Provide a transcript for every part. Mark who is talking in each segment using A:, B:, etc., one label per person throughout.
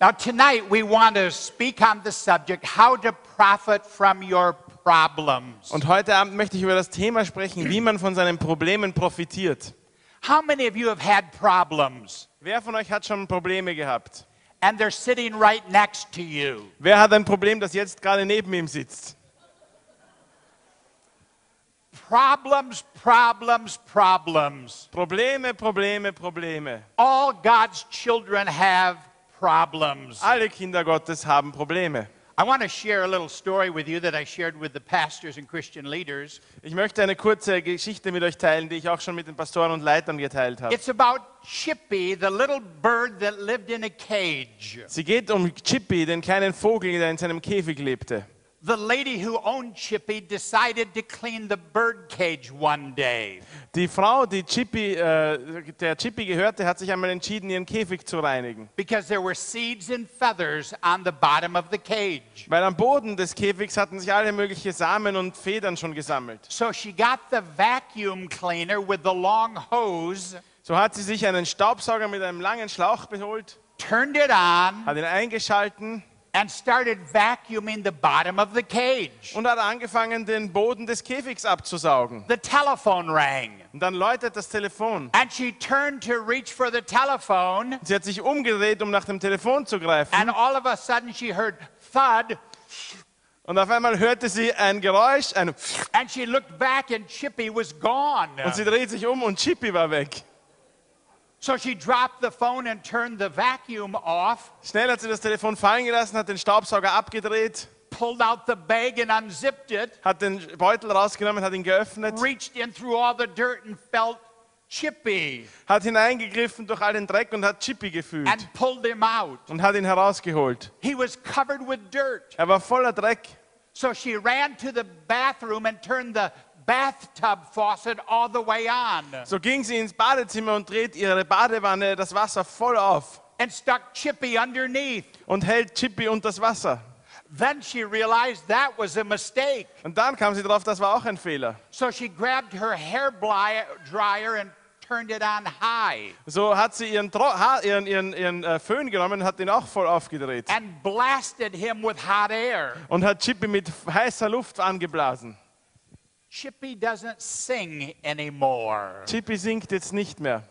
A: Now, tonight we want to speak on the subject how to profit from your problems.
B: Und heute Abend möchte ich über das Thema sprechen, wie man von seinen Problemen profitiert.
A: How many of you have had problems
B: Wer von euch hat schon Probleme gehabt?
A: and they're sitting right next to you?
B: Wer hat ein Problem, das jetzt gerade neben ihm sitzt?
A: Problems, problems, problems.
B: Probleme, Probleme, Probleme.
A: All God's children have problems.
B: Alle Kinder Gottes haben Probleme.
A: I want to share a little story with you that I shared with the pastors and Christian leaders.
B: Ich möchte eine kurze Geschichte mit euch teilen, die ich auch schon mit den Pastoren und Leitern geteilt habe.
A: It's about Chippy, the little bird that lived in a cage.
B: Sie geht um Chippy, den kleinen Vogel, der in seinem Käfig lebte.
A: The lady who owned Chippy decided to clean the bird cage one day.
B: Die Frau, die Chippy, äh, der Chippy gehörte, hat sich einmal entschieden, ihren Käfig zu reinigen,
A: because there were seeds and feathers on the bottom of the cage.
B: weil am Boden des Käfigs hatten sich alle möglichen Samen und Federn schon gesammelt.
A: So she got the vacuum cleaner with the long hose,
B: So hat sie sich einen Staubsauger mit einem langen Schlauch beholt,
A: turned it on,
B: hat ihn eingeschalten
A: and started vacuuming the bottom of the cage.
B: und hat angefangen, den Boden des Käfigs abzusaugen.
A: The telephone rang,
B: Und dann läutet das Telefon.
A: and she turned to reach for the telephone,
B: Sie hat sich umgedreht, um nach dem Telefon zu greifen.
A: and all of a sudden she heard thud,
B: Und auf einmal hörte sie ein Geräusch, ein und
A: and she looked back, and Chippy was gone.
B: sie dreht sich um und Chippy war weg.
A: So she dropped the phone and turned the vacuum off,
B: Schnell hat sie das Telefon fallen gelassen, hat den Staubsauger abgedreht,
A: pulled out the bag and unzipped it.
B: hat den Beutel rausgenommen, hat ihn geöffnet,
A: reached in through all the dirt and felt Chippy
B: hat hineingegriffen durch all den Dreck und hat Chippy gefühlt
A: and pulled him out.
B: und hat ihn herausgeholt.
A: He was covered with dirt.
B: Er war voller Dreck.
A: So she ran to the bathroom and turned the bathtub faucet all the way on
B: So ging sie ins Badezimmer und dreht ihre Badewanne das Wasser voll auf
A: and stuck Chippy underneath.
B: und hält Chippy unter das Wasser.
A: Then she realized that was a mistake.
B: Und dann kam sie drauf, das war auch ein Fehler.
A: So she grabbed her hair bli- dryer and turned it on high
B: So hat sie ihren, Tro ha ihren, ihren, ihren äh, Föhn genommen und hat ihn auch voll aufgedreht
A: and blasted him with hot air.
B: und hat Chippy mit heißer Luft angeblasen.
A: Chippy doesn't sing anymore.
B: Chippy singt jetzt nicht mehr.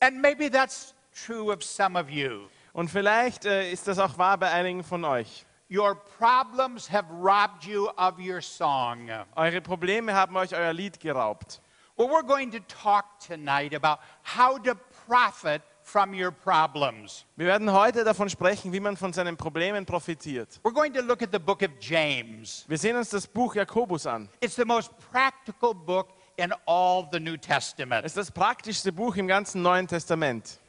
A: And maybe that's true of some of you.
B: Und vielleicht äh, ist das auch wahr bei einigen von euch.
A: Your problems have robbed you of your song.
B: Eure Probleme haben euch euer Lied geraubt.
A: Well, we're going to talk tonight about how to profit from your problems.
B: Wir werden heute davon sprechen, wie man von seinen Problemen profitiert.
A: We're going to look at the book of James.
B: Wir sehen uns das Buch Jakobus an.
A: It's the most practical book in all the New
B: Es
A: Testament.
B: ist das praktischste Buch im ganzen Neuen Testament.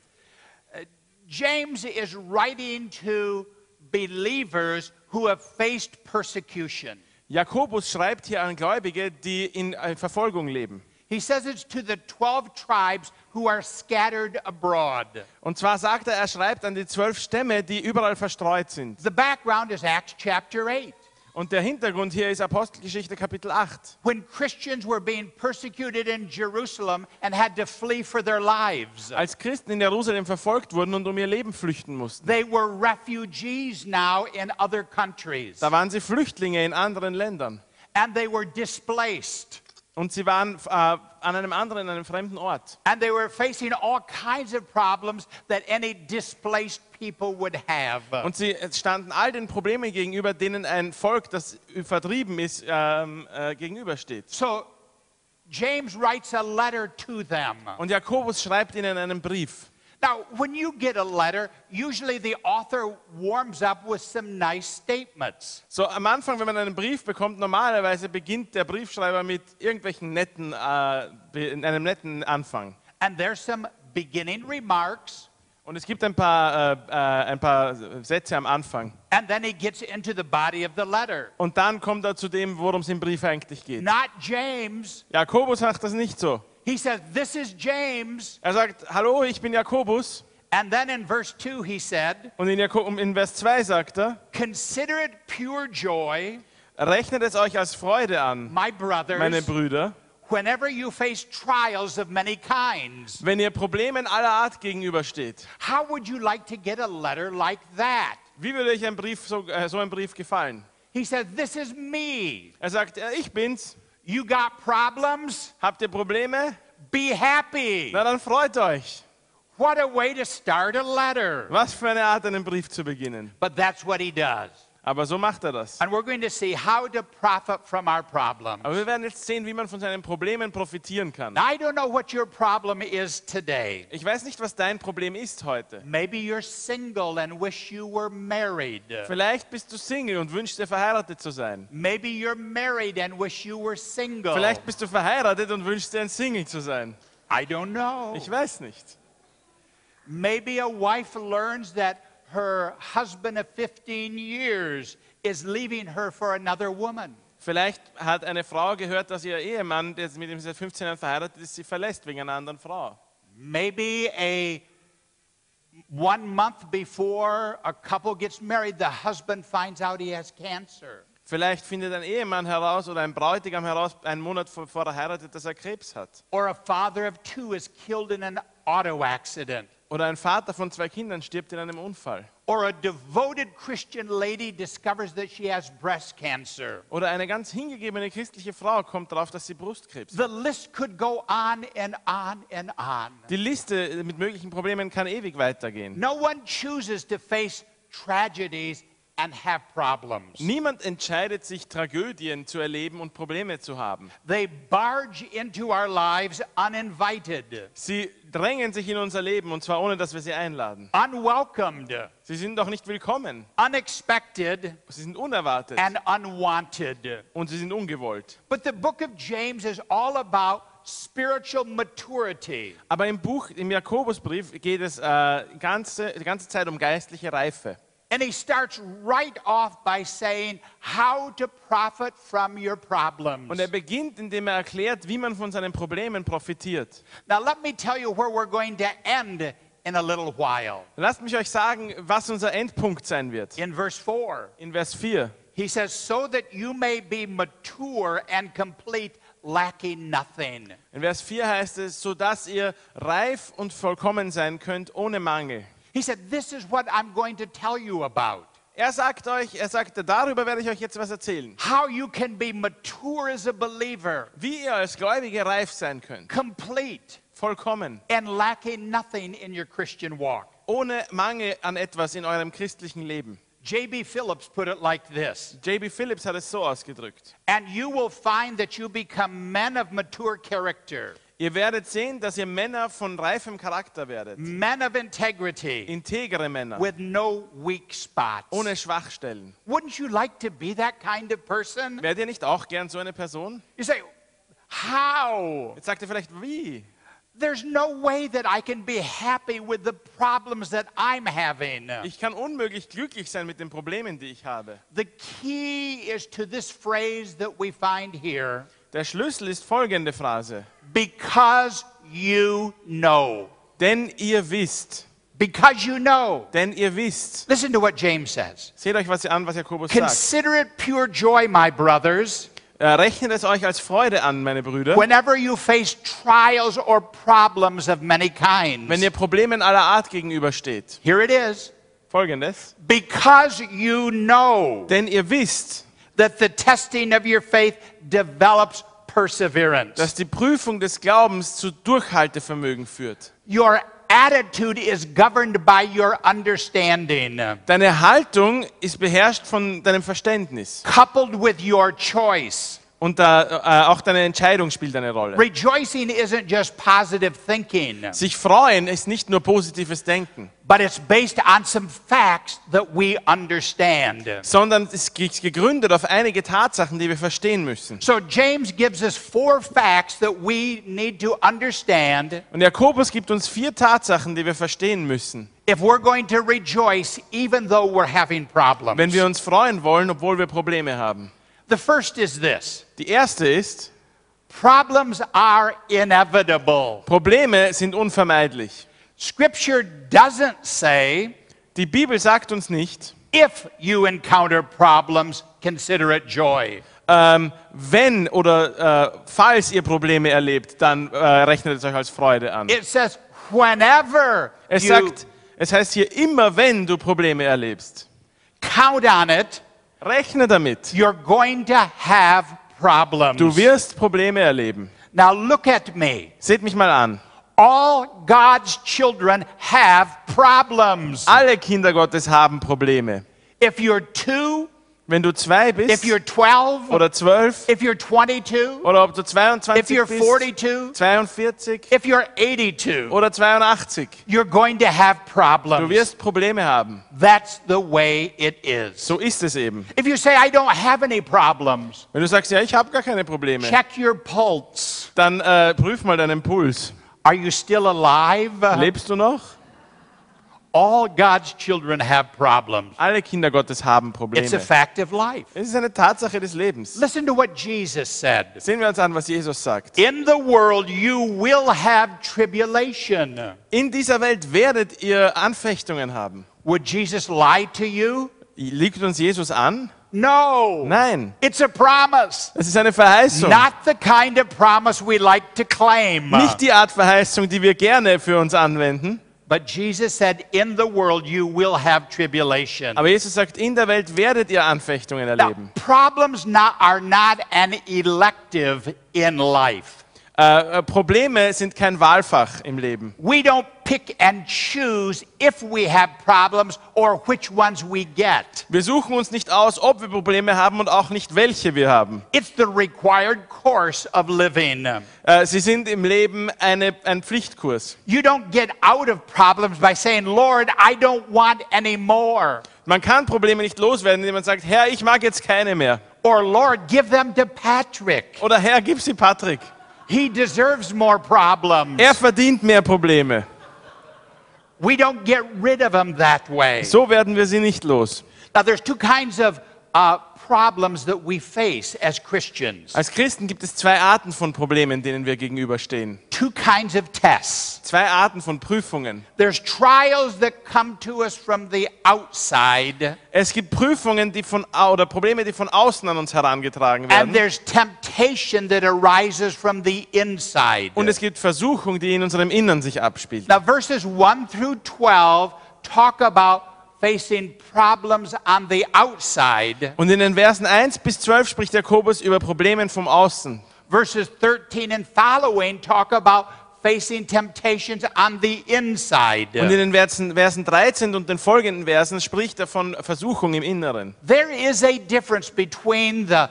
A: James is writing to believers who have faced persecution.
B: Jakobus schreibt hier an Gläubige, die in äh, Verfolgung leben.
A: He says it's to the 12 tribes who are scattered abroad.
B: Und zwar sagt er, er schreibt an die zwölf Stämme, die überall verstreut sind.
A: The background is Acts chapter 8.
B: Und der Hintergrund hier ist Apostelgeschichte Kapitel 8.
A: when Christians were being persecuted in Jerusalem and had to flee for their lives.
B: Als Christen in Jerusalem verfolgt wurden und um ihr Leben flüchten mussten.
A: They were refugees now in other countries
B: Da waren sie Flüchtlinge in anderen Ländern.
A: and they were displaced
B: Und sie waren äh, an einem anderen, an einem fremden Ort.
A: and they were facing all kinds of problems that any displaced people would have.
B: Und sie äh, standen all den Problemen gegenüber, denen ein Volk, das vertrieben ist, ähm, äh, gegenübersteht.
A: So James writes a letter to them.
B: Und Jakobus schreibt ihnen einen Brief.
A: Now, when you get a letter, usually the author warms up with some nice statements.
B: So am Anfang, wenn man einen Brief bekommt, normalerweise beginnt der Briefschreiber mit irgendwelchen netten, äh, be- in einem netten Anfang.
A: And there's some beginning remarks.
B: Und es gibt ein paar, äh, äh, ein paar Sätze am Anfang.
A: And then he gets into the body of the letter.
B: Und dann kommt er zu dem, worum es im Brief eigentlich geht.
A: Not James.
B: Jakobus macht das nicht so.
A: He says, This is James.
B: Er sagt, hallo, ich bin Jakobus.
A: And then in verse 2, he said,
B: Und in, Jako um, in Vers 2 sagt er,
A: Consider it pure joy,
B: rechnet es euch als Freude an,
A: my brothers,
B: meine Brüder,
A: whenever you face trials of many kinds.
B: Wenn ihr Problemen aller Art gegenübersteht,
A: How would you like to get a letter like that?
B: wie würde euch ein Brief, so, äh, so ein Brief gefallen?
A: He said, This is me.
B: Er sagt, äh, ich bin's.
A: You got problems?
B: Habt ihr Probleme?
A: Be happy.
B: Na dann freut euch.
A: What a way to start a letter.
B: Was für eine Art, einen Brief zu beginnen.
A: But that's what he does.
B: Aber so macht er das.
A: And we're going to see how to profit from our problems.
B: Aber wir werden jetzt sehen, wie man von seinen Problemen profitieren kann.
A: I don't know what your problem is today.
B: Ich weiß nicht, was dein Problem ist heute.
A: Maybe you're single and wish you were married.
B: Vielleicht bist du Single und wünschst dir verheiratet zu sein.
A: Maybe you're married and wish you were single.
B: Vielleicht bist du verheiratet und wünschst dir ein Single zu sein.
A: I don't know.
B: Ich weiß nicht.
A: Maybe a wife learns that her husband of 15 years is leaving her for another woman.
B: Vielleicht hat eine Frau gehört, dass ihr Ehemann, der mit dem sie seit 15 Jahren verheiratet ist, sie verlässt wegen einer anderen Frau.
A: Maybe a one month before a couple gets married, the husband finds out he has cancer.
B: Vielleicht findet ein Ehemann heraus oder ein Bräutigam heraus, einen Monat vor, vor der Heirat, dass er Krebs hat.
A: Or a father of two is killed in an auto accident.
B: Oder ein Vater von zwei Kindern stirbt in einem Unfall.
A: Or a devoted Christian lady discovers that she has breast cancer.
B: Oder eine ganz hingegebene christliche Frau kommt darauf, dass sie Brustkrebs hat.
A: The list could go on and on and on.
B: Die Liste mit möglichen Problemen kann ewig weitergehen.
A: No one chooses to face tragedies and have problems.
B: Niemand entscheidet sich, Tragödien zu erleben und Probleme zu haben.
A: They barge into our lives uninvited,
B: Sie drängen sich in unser Leben und zwar ohne, dass wir sie einladen.
A: unwelcomed,
B: Sie sind doch nicht willkommen.
A: unexpected,
B: Sie sind unerwartet
A: and unwanted.
B: und sie sind ungewollt.
A: But the book of James is all about spiritual maturity.
B: Aber im Buch, im Jakobusbrief, geht es äh, ganze, die ganze Zeit um geistliche Reife.
A: And he starts right off by saying how to profit from your problems.
B: Und er beginnt, indem er erklärt, wie man von seinen Problemen profitiert.
A: Now, let me tell you where we're going to end in a little while.
B: Lasst mich euch sagen, was unser Endpunkt sein wird.
A: In verse 4,
B: In Vers 4.
A: he says, So that you may be mature and complete, lacking nothing.
B: In Vers 4 heißt es, sodass ihr reif und vollkommen sein könnt, ohne Mangel.
A: He said, This is what I'm going to tell you about.
B: Er sagt euch, er sagte, darüber werde ich euch jetzt was erzählen.
A: How you can be mature as a believer,
B: Wie ihr als Gläubige reif sein könnt,
A: complete,
B: vollkommen,
A: and lacking nothing in your Christian walk.
B: ohne Mangel an etwas in eurem christlichen Leben.
A: J.B. Phillips put it like this.
B: J.B. Phillips hat es so ausgedrückt.
A: And you will find that you become men of mature character,
B: Ihr werdet sehen, dass ihr Männer von reifem Charakter werdet.
A: men of integrity,
B: Integere Männer,
A: with no weak spots.
B: ohne Schwachstellen.
A: Wouldn't you like to be that kind of person?
B: Wärt ihr nicht auch gern so eine Person?
A: You say, How?
B: Jetzt sagt ihr vielleicht, wie?
A: There's no way that I can be happy with the problems that I'm having.
B: Ich kann unmöglich glücklich sein mit den Problemen, die ich habe.
A: The key is to this phrase that we find here
B: Der Schlüssel ist folgende Phrase.
A: because you know.
B: Denn ihr wisst,
A: Because you know.
B: denn ihr wisst.
A: Listen to what James says.
B: Seht euch was an, was Jakobus sagt.
A: Consider it pure joy, my brothers,
B: Äh, Rechnet es euch als Freude an, meine Brüder,
A: whenever you face trials or problems of many
B: wenn
A: kinds.
B: ihr Problemen aller Art gegenübersteht.
A: Here it is.
B: Folgendes.
A: Because you know
B: Denn ihr wisst,
A: that the testing of your faith develops
B: dass
A: perseverance.
B: die Prüfung des Glaubens zu Durchhaltevermögen führt.
A: Your attitude is governed by your understanding,
B: Deine Haltung ist beherrscht von deinem Verständnis.
A: coupled with your choice.
B: Und da, äh, auch deine Entscheidung spielt eine Rolle.
A: Rejoicing isn't just positive thinking,
B: Sich freuen ist nicht nur positives Denken,
A: but it's based on some facts that we understand.
B: sondern es ist gegründet auf einige Tatsachen, die wir verstehen müssen.
A: So James gives us four facts that we need to understand
B: Und Jakobus gibt uns vier Tatsachen, die wir verstehen müssen,
A: if we're going to rejoice even though we're having problems.
B: wenn wir uns freuen wollen, obwohl wir Probleme haben.
A: the first is this.
B: Die erste ist,
A: Problems are inevitable.
B: Probleme sind unvermeidlich.
A: Scripture doesn't say
B: Die Bibel sagt uns nicht,
A: if you encounter problems, consider it joy.
B: ähm, wenn oder äh, falls ihr Probleme erlebt, dann äh, rechnet es euch als Freude an.
A: It says, whenever
B: Es
A: you
B: sagt, es heißt hier immer, wenn du Probleme erlebst,
A: count on it,
B: rechne damit.
A: you're going to have problems.
B: Du wirst Probleme erleben.
A: Now look at me.
B: Seht mich mal an.
A: All God's children have problems.
B: Alle Kinder Gottes haben Probleme.
A: If you're two,
B: Wenn du zwei
A: if
B: bist
A: you're 12,
B: oder zwölf
A: if you're 22,
B: oder ob du
A: if
B: 22
A: you're
B: bist,
A: 42,
B: 42
A: if you're 82,
B: oder 82,
A: you're going to have
B: du
A: problems.
B: wirst Probleme haben.
A: That's the way it is.
B: So ist es eben.
A: If you say, I don't have any problems,
B: Wenn du sagst, ja, ich habe gar keine Probleme,
A: check your pulse.
B: dann äh, prüf mal deinen Puls.
A: Are you still alive?
B: Lebst du noch?
A: All God's children have problems.
B: Alle Kinder Gottes haben
A: It's a
B: Probleme.
A: fact of life.
B: Es ist eine Tatsache des Lebens.
A: Listen to what Jesus said.
B: Sehen wir uns an, was Jesus sagt.
A: In the world you will have tribulation.
B: In dieser Welt werdet ihr Anfechtungen haben.
A: Would Jesus lie to you?
B: Liegt uns Jesus an?
A: No.
B: Nein.
A: It's a promise.
B: Es ist eine Verheißung.
A: Not the kind of promise we like to claim.
B: Nicht die Art Verheißung, die wir gerne für uns anwenden.
A: But Jesus said, In the world you will have tribulation.
B: Aber Jesus sagt, in der Welt werdet ihr Anfechtungen
A: Now,
B: erleben.
A: problems not, are not an elective in life.
B: Äh, äh, Probleme sind kein Wahlfach im Leben.
A: We don't pick and choose if we have problems or which ones we get.
B: Wir suchen uns nicht aus, ob wir Probleme haben und auch nicht, welche wir haben.
A: It's the required course of living.
B: Äh, sie sind im Leben eine, ein Pflichtkurs.
A: You don't get out of problems by saying, Lord, I don't want any more.
B: Man kann Probleme nicht loswerden, indem man sagt, Herr, ich mag jetzt keine mehr.
A: Or, Lord, give them to Patrick.
B: Oder Herr, gib sie Patrick.
A: He deserves more problems.
B: Er verdient mehr Probleme.
A: we don't get rid of them that way.
B: So werden wir sie nicht los.
A: now, there's two kinds of uh, problems that we face as Christians
B: Als Christen gibt es zwei Arten von Problemen, denen wir gegenüberstehen.
A: two kinds of tests.
B: Zwei Arten von Prüfungen.
A: There's trials that come to us from the outside,
B: Es gibt Prüfungen, die von au- oder Probleme, die von außen an uns herangetragen
A: and
B: werden.
A: there's temptation that arises from the inside.
B: Und es gibt Versuchung, die in unserem Innern sich abspielt.
A: Now, verses 1 through 12 talk about facing problems on the outside.
B: Und in den Versen 1 bis 12 spricht Jakobus über Probleme vom Außen.
A: Verses 13 and following talk about facing temptations on the inside.
B: Und in den Versen, Versen 13 und den folgenden Versen spricht er von Versuchung im Inneren.
A: There is a difference between the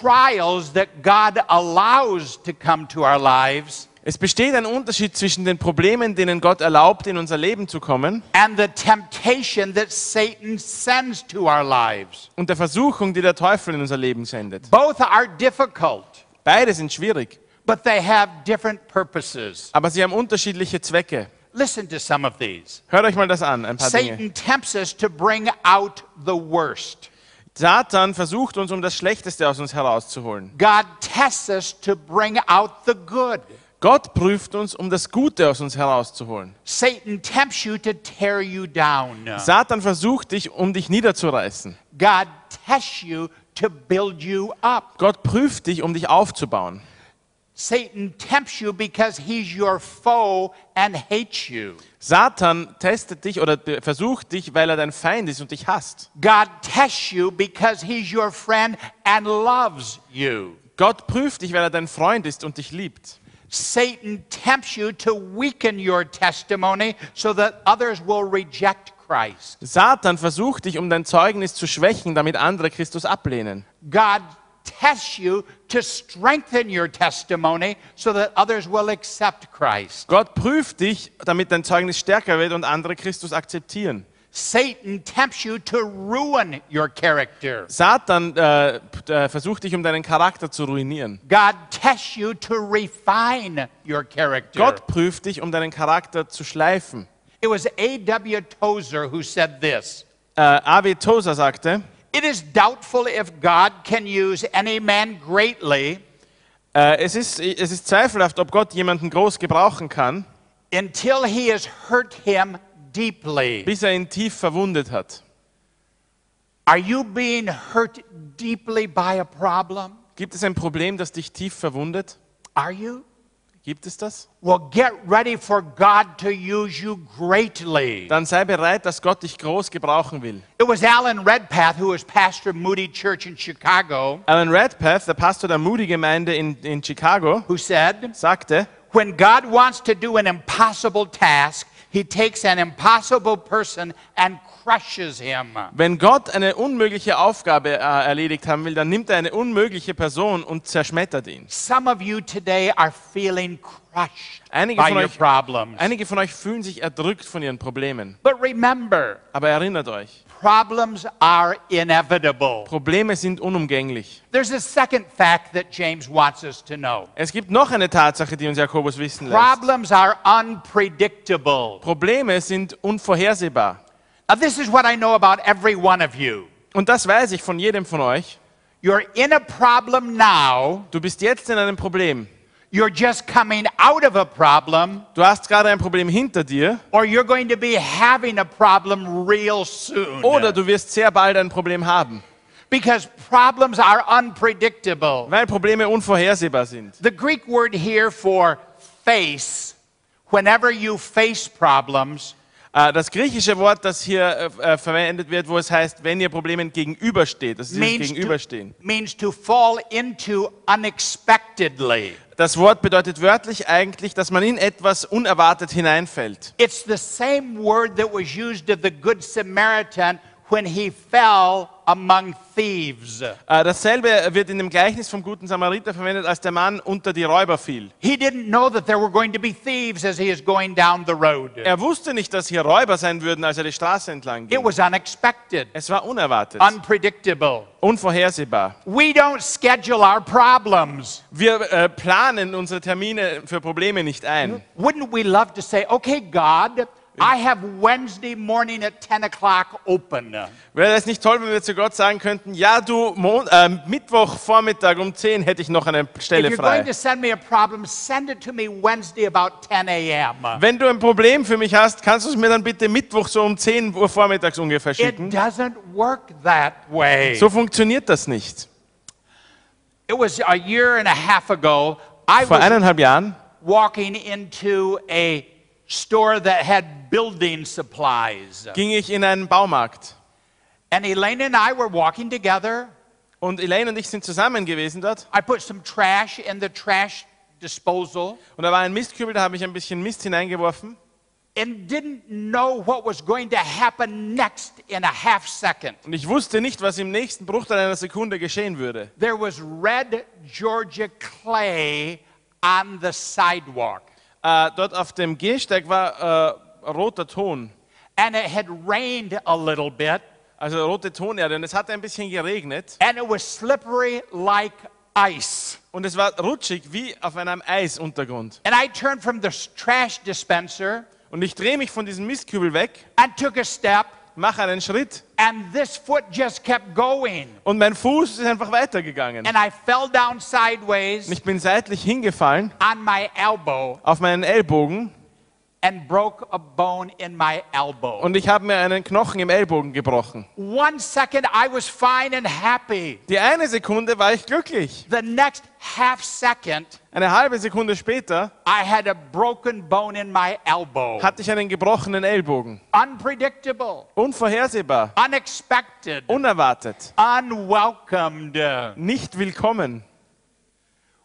A: trials that God allows to come to our lives
B: Es besteht ein Unterschied zwischen den Problemen, denen Gott erlaubt, in unser Leben zu kommen,
A: and the temptation that Satan sends to our lives.
B: und der Versuchung, die der Teufel in unser Leben sendet.
A: Both are difficult,
B: Beide sind schwierig,
A: but they have different purposes.
B: aber sie haben unterschiedliche Zwecke.
A: Listen to some of these.
B: Hört euch mal das an, ein paar Dinge.
A: Satan tempts us to bring out the worst.
B: Satan versucht uns, um das Schlechteste aus uns herauszuholen.
A: God tests us to bring out the good.
B: Gott prüft uns, um das Gute aus uns herauszuholen.
A: Satan tempts you to tear you down.
B: Satan versucht dich, um dich niederzureißen.
A: God tests you to build you up.
B: Gott prüft dich, um dich aufzubauen.
A: Satan tempts you because he's your foe and hates you.
B: Satan testet dich oder be- versucht dich, weil er dein Feind ist und dich hasst.
A: God tests you because he's your friend and loves you.
B: Gott prüft dich, weil er dein Freund ist und dich liebt.
A: Satan tempts you to weaken your testimony so that others will reject Christ.
B: Satan versucht dich, um dein Zeugnis zu schwächen, damit andere Christus ablehnen.
A: God tests you to strengthen your testimony so that others will accept Christ.
B: Gott prüft dich, damit dein Zeugnis stärker wird und andere Christus akzeptieren.
A: Satan tempts you to ruin your character.
B: Satan äh, p- äh, versucht dich, um deinen Charakter zu ruinieren.
A: God tests you to refine your character.
B: Gott prüft dich, um deinen Charakter zu schleifen.
A: It was A.W. Tozer who said this
B: Äh, A.W. Tozer sagte,
A: It is doubtful if God can use any man greatly
B: äh, es, ist, es ist zweifelhaft, ob Gott jemanden groß gebrauchen kann,
A: until he has hurt him deeply.
B: bis er ihn tief verwundet hat.
A: Are you being hurt deeply by a problem?
B: Gibt es ein Problem, das dich tief verwundet?
A: Are you?
B: Gibt es das?
A: Well, get ready for God to use you greatly.
B: Dann sei bereit, dass Gott dich groß gebrauchen will.
A: It was Alan Redpath, who was pastor of Moody Church in Chicago,
B: Alan Redpath, der Pastor der Moody-Gemeinde in, in Chicago,
A: who said,
B: sagte,
A: When God wants to do an impossible task, he takes an impossible person and crushes him.
B: wenn Gott eine unmögliche Aufgabe äh, erledigt haben will, dann nimmt er eine unmögliche Person und zerschmettert ihn.
A: Some of you today are feeling crushed
B: Einige
A: by
B: von,
A: your
B: euch,
A: problems.
B: einige von euch fühlen sich erdrückt von ihren Problemen.
A: But remember,
B: Aber erinnert euch,
A: problems are inevitable.
B: Probleme sind unumgänglich.
A: There's a second fact that James wants us to know.
B: Es gibt noch eine Tatsache, die uns Jakobus wissen lässt.
A: Problems are unpredictable.
B: Probleme sind unvorhersehbar.
A: Now, Uh, this is what I know about every one of you.
B: Und das weiß ich von jedem von euch.
A: You're in a problem now,
B: Du bist jetzt in einem Problem.
A: you're just coming out of a problem,
B: Du hast gerade ein Problem hinter dir
A: or you're going to be having a problem real soon.
B: oder du wirst sehr bald ein Problem haben,
A: Because problems are unpredictable.
B: weil Probleme unvorhersehbar sind.
A: The Greek word here for face, whenever you face problems,
B: Äh, Das griechische Wort, das hier äh, äh, verwendet wird, wo es heißt, wenn ihr Problemen gegenübersteht, das ist dieses
A: means to,
B: Gegenüberstehen.
A: means to fall into unexpectedly.
B: Das Wort bedeutet wörtlich eigentlich, dass man in etwas unerwartet hineinfällt.
A: It's the same word that was used of the Good Samaritan when he fell among thieves.
B: Äh, Dasselbe wird in dem Gleichnis vom guten Samariter verwendet, als der Mann unter die Räuber fiel.
A: He didn't know that there were going to be thieves as he is going down the road.
B: Er wusste nicht, dass hier Räuber sein würden, als er die Straße entlang
A: It
B: ging.
A: was unexpected,
B: Es war unerwartet,
A: unpredictable.
B: unvorhersehbar.
A: We don't schedule our problems.
B: Wir äh, planen unsere Termine für Probleme nicht ein.
A: Wouldn't we love to say, okay, God, I have Wednesday morning at 10 o'clock open.
B: Wäre es nicht toll, wenn wir zu Gott sagen könnten, ja du, Mon äh, Mittwochvormittag um 10 hätte ich noch eine
A: If
B: Stelle
A: you're going
B: frei.
A: to send me a problem, send it to me Wednesday about 10 a.m.
B: Wenn du ein Problem für mich hast, kannst du es mir dann bitte Mittwoch so um 10 Uhr vormittags ungefähr
A: It
B: schicken?
A: doesn't work that way.
B: So funktioniert das nicht.
A: It was a year and a half ago. I
B: Vor
A: was
B: eineinhalb Jahren
A: walking into a store that had building supplies.
B: ging ich in einen Baumarkt
A: And Elaine and I were walking together.
B: und Elaine und ich sind zusammen gewesen dort
A: I put some trash in the trash disposal
B: und da war ein Mistkübel, da habe ich ein bisschen Mist hineingeworfen
A: and didn't know what was going to happen next in a half second.
B: und ich wusste nicht, was im nächsten Bruchteil einer Sekunde geschehen würde.
A: There was red Georgia clay on the sidewalk.
B: Äh, dort auf dem Gehsteig war äh, roter Ton,
A: And it had rained a little bit
B: also rote Tonerde und es hat ein bisschen geregnet
A: and it was slippery like ice.
B: und es war rutschig wie auf einem Eisuntergrund.
A: And I turned from the s- trash dispenser
B: Und ich drehe mich von diesem Mistkübel weg,
A: and took a step,
B: mache einen Schritt
A: and this foot just kept going.
B: und mein Fuß ist einfach weitergegangen.
A: And I fell down sideways
B: Und ich bin seitlich hingefallen
A: on my elbow
B: auf meinen Ellbogen
A: and broke a bone in my elbow.
B: und ich habe mir einen Knochen im Ellbogen gebrochen.
A: One second I was fine and happy.
B: Die eine Sekunde war ich glücklich.
A: The next half second,
B: Eine halbe Sekunde später
A: I had a broken bone in my elbow.
B: hatte ich einen gebrochenen Ellbogen.
A: Unpredictable,
B: Unvorhersehbar,
A: unexpected,
B: unerwartet,
A: unwelcomed.
B: nicht willkommen.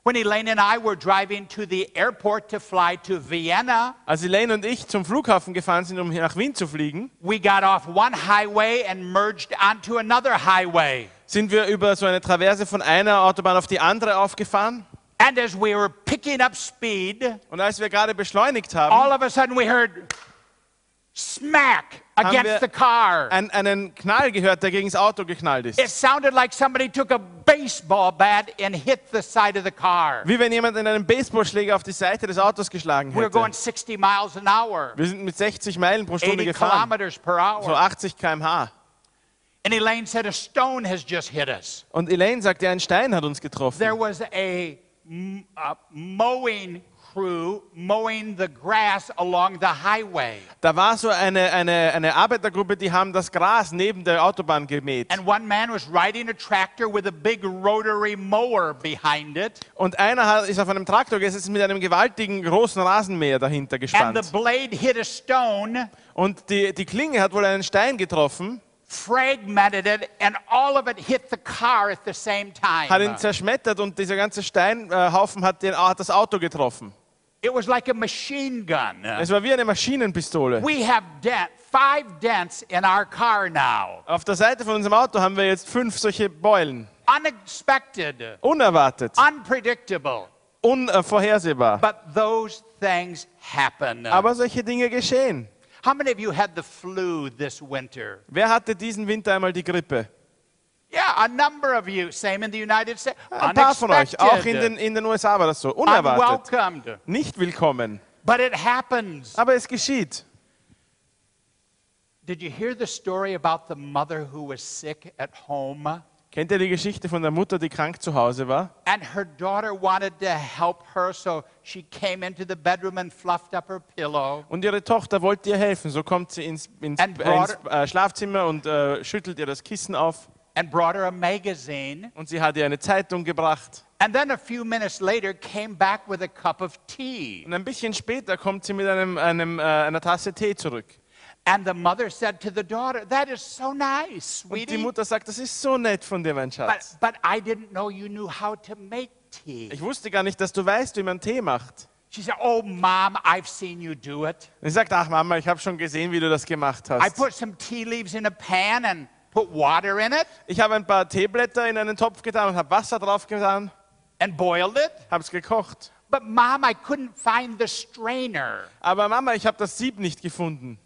A: When Elaine and I were driving to the airport to fly to Vienna,
B: Als Elaine und ich zum Flughafen gefahren sind, um hier nach Wien zu fliegen,
A: we got off one highway and merged onto another highway.
B: sind wir über so eine Traverse von einer Autobahn auf die andere aufgefahren.
A: And as we were picking up speed,
B: Und als wir gerade beschleunigt
A: all
B: haben,
A: of a sudden we heard smack against
B: wir-
A: the car.
B: ein, einen Knall gehört, der gegen das Auto geknallt ist.
A: It sounded like somebody took a baseball bat and hit the side of the car.
B: Wie wenn jemand in einem Baseballschläger auf die Seite des Autos geschlagen
A: We were going
B: hätte.
A: 60 miles an hour,
B: Wir sind mit 60 Meilen pro Stunde
A: 80
B: gefahren,
A: kilometers per
B: so
A: hour.
B: 80 km/h.
A: And Elaine said, A stone has just hit us.
B: Und Elaine sagte, ein Stein hat uns getroffen.
A: There was a, m- a mowing crew mowing the grass along the highway.
B: Da war so eine, eine, eine Arbeitergruppe, die haben das Gras neben der Autobahn gemäht.
A: And one man was riding a tractor with a big rotary mower behind it.
B: Und einer hat, ist auf einem Traktor gesessen mit einem gewaltigen großen Rasenmäher dahinter
A: And the
B: gespannt.
A: blade hit a stone,
B: Und die, die Klinge hat wohl einen Stein getroffen,
A: fragmented it, and all of it hit the car at the same
B: hat ihn
A: time.
B: zerschmettert und dieser ganze Steinhaufen hat, den, hat das Auto getroffen.
A: It was like a machine gun.
B: Es war wie eine Maschinenpistole.
A: We have dent, five dents in our car now.
B: Auf der Seite von unserem Auto haben wir jetzt fünf solche Beulen.
A: Unexpected,
B: Unerwartet,
A: unpredictable.
B: unvorhersehbar.
A: But those things happen.
B: Aber solche Dinge geschehen.
A: How many of you had the flu this winter?
B: Wer hatte diesen Winter einmal die Grippe?
A: Yeah, a number of you. Same in the United States.
B: Ein paar von euch, auch in den,
A: Unexpected.
B: in den USA war das so. Unerwartet.
A: Unwelcomed.
B: Nicht willkommen.
A: But it happens.
B: Aber es geschieht.
A: Did you hear the story about the mother who was sick at home?
B: Kennt ihr die Geschichte von der Mutter, die krank zu Hause war?
A: And her daughter wanted to help her, so she came into the bedroom and fluffed up her pillow.
B: Und ihre Tochter wollte ihr helfen. So kommt sie ins, ins,
A: And
B: äh, ins
A: brought-
B: äh, Schlafzimmer und äh, schüttelt ihr das Kissen auf.
A: and brought her a magazine,
B: Und sie hat ihr eine Zeitung gebracht.
A: and then a few minutes later came back with a cup of tea.
B: Und ein bisschen später kommt sie mit einem, einem, äh, einer Tasse Tee zurück.
A: And the mother said to the daughter, That is so nice,
B: Und die
A: sweetie.
B: Mutter sagt, das ist so nett von dir, mein
A: But,
B: Schatz.
A: but I didn't know you knew how to make tea.
B: Ich wusste gar nicht, dass du weißt, wie man Tee macht.
A: She said, Oh, mom, I've seen you do it.
B: Und sie sagt, ach Mama, ich habe schon gesehen, wie du das gemacht
A: I
B: hast.
A: put some tea leaves in a pan and put water in it
B: Ich habe ein paar Teeblätter in einen Topf getan und habe Wasser drauf getan,
A: and boiled it.
B: habe es gekocht.
A: But, mom, I couldn't find the strainer.
B: Aber Mama, ich habe das Sieb nicht gefunden.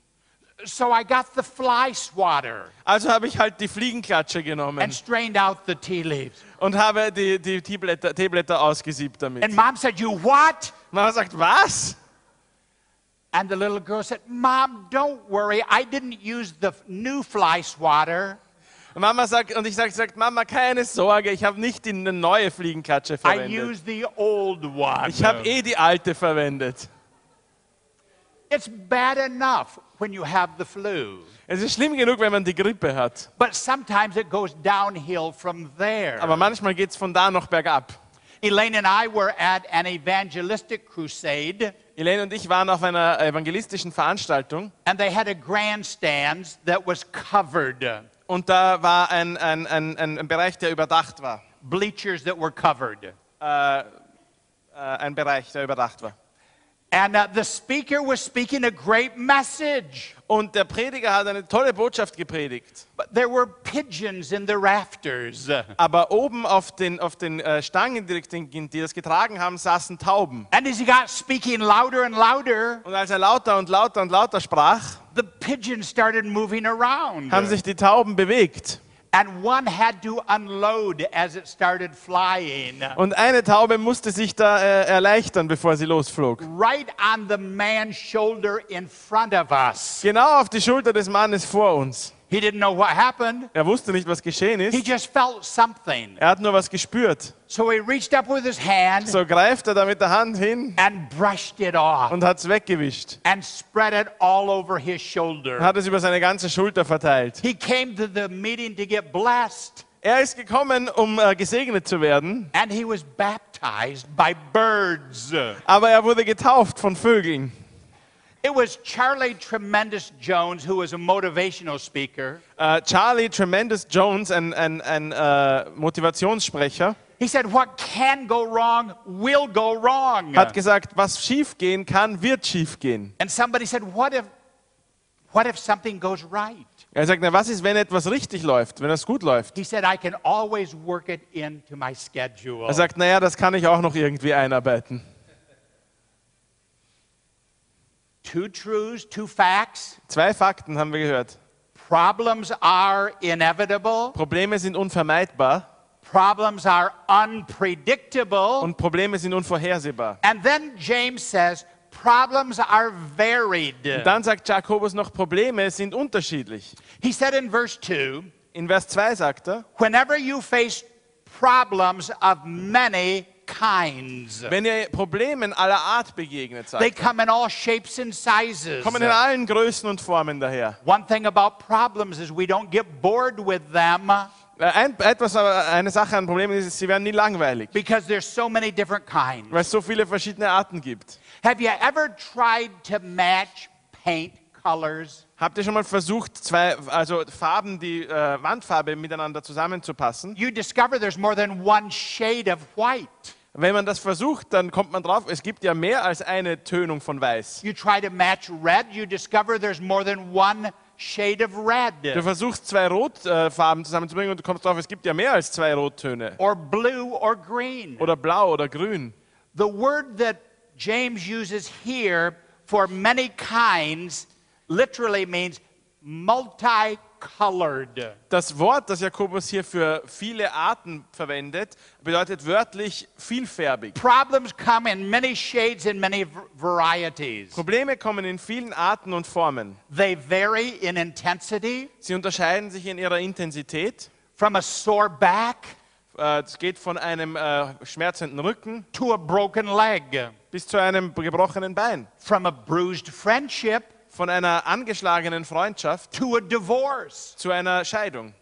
A: So I got the fly swatter
B: Also habe ich halt die Fliegenklatsche
A: and
B: genommen
A: strained out the tea leaves.
B: und habe die, die Teeblätter, Teeblätter ausgesiebt damit.
A: And mom said, You what?
B: Mama sagt, was?
A: And the little girl said, Mom, don't worry. I didn't use the f- new fly swatter.
B: Und Mama sagt, und ich sage, sagt, Mama, keine Sorge, ich habe nicht die eine neue Fliegenklatsche
A: I
B: verwendet.
A: used the e-, old one.
B: Ich habe eh die alte verwendet.
A: It's bad enough when you have the flu,
B: Es ist schlimm genug, wenn man die Grippe hat.
A: but sometimes it goes downhill from there.
B: Aber manchmal geht es von da noch bergab.
A: Elaine and I were at an evangelistic crusade,
B: Elaine und ich waren auf einer evangelistischen Veranstaltung
A: and they had a grandstand that was covered,
B: und da war ein, ein, ein, ein ein Bereich, der überdacht war.
A: bleachers that were covered.
B: Äh, ein Bereich, der überdacht war.
A: And uh, the speaker was speaking a great message,
B: Und der Prediger hat eine tolle Botschaft gepredigt.
A: but there were pigeons in the rafters.
B: Aber oben auf den, auf den äh, Stangen, die, die die das getragen haben, saßen Tauben.
A: And as he got speaking louder and louder,
B: Und als er lauter und lauter und lauter sprach,
A: the pigeons started moving around.
B: haben sich die Tauben bewegt.
A: And one had to unload as it started flying.
B: Und eine Taube musste sich da äh, erleichtern, bevor sie losflog.
A: Right on the man's shoulder in front of us.
B: Genau auf die Schulter des Mannes vor uns.
A: He didn't know what happened.
B: Er wusste nicht, was geschehen
A: He
B: ist.
A: just felt something.
B: Er hat nur was gespürt.
A: So he reached up with his hand
B: So greift er da mit der Hand hin
A: and brushed it off
B: und hat es weggewischt.
A: and spread it all over his
B: Er
A: shoulder.
B: hat es über seine ganze Schulter verteilt.
A: He came to the meeting to get blessed
B: Er ist gekommen, um äh, gesegnet zu werden,
A: and he was baptized by birds.
B: aber er wurde getauft von Vögeln.
A: It was Charlie Tremendous Jones, who was a motivational speaker.
B: Äh, Charlie Tremendous Jones, ein, ein, ein äh, Motivationssprecher,
A: He said, What can go wrong will go wrong.
B: hat gesagt, was schiefgehen kann, wird schiefgehen.
A: And somebody said, What if, what if something goes right?
B: Er sagt, na was ist, wenn etwas richtig läuft, wenn es gut läuft?
A: He said, I can always work it into my schedule.
B: Er sagt, naja, das kann ich auch noch irgendwie einarbeiten.
A: Two truths, two facts.
B: Zwei Fakten haben wir gehört.
A: Problems are inevitable,
B: Probleme sind unvermeidbar
A: problems are unpredictable.
B: und Probleme sind unvorhersehbar.
A: and then James says, Problems are varied.
B: Dann sagt Jakobus noch, Probleme sind unterschiedlich.
A: He said in verse 2
B: In Vers 2 sagt er,
A: Whenever you face problems of many kinds.
B: Wenn ihr Problemen aller Art begegnet
A: They
B: seid,
A: come in all shapes and sizes.
B: kommen in allen Größen und Formen daher.
A: One thing about problems is we don't get bored with them
B: Äh, Ein, etwas, aber eine Sache an Problemen ist, sie werden nie langweilig,
A: because there's so many different kinds.
B: weil es so viele verschiedene Arten gibt.
A: Have you ever tried to match paint colors?
B: Habt ihr schon mal versucht, zwei, also Farben, die äh, Wandfarbe miteinander zusammenzupassen?
A: You discover there's more than one shade of white.
B: Wenn man das versucht, dann kommt man drauf, es gibt ja mehr als eine Tönung von Weiß.
A: You try to match red, you discover there's more than one shade of red.
B: Du versuchst, zwei Rotfarben äh, Farben zusammenzubringen und du kommst drauf, es gibt ja mehr als zwei Rottöne.
A: Or blue or green.
B: Oder blau oder grün.
A: The word that James uses here for many kinds literally means multicolored.
B: Das Wort, das Jakobus hier für viele Arten verwendet, bedeutet wörtlich vielfärbig.
A: Problems come in many shades and many v- varieties.
B: Probleme kommen in vielen Arten und Formen.
A: They vary in intensity
B: Sie unterscheiden sich in ihrer Intensität.
A: from a sore back
B: Äh, Es geht von einem äh, schmerzenden Rücken
A: to a broken leg,
B: bis zu einem gebrochenen Bein,
A: from a bruised friendship
B: von einer angeschlagenen Freundschaft
A: to a divorce.
B: zu einer Scheidung.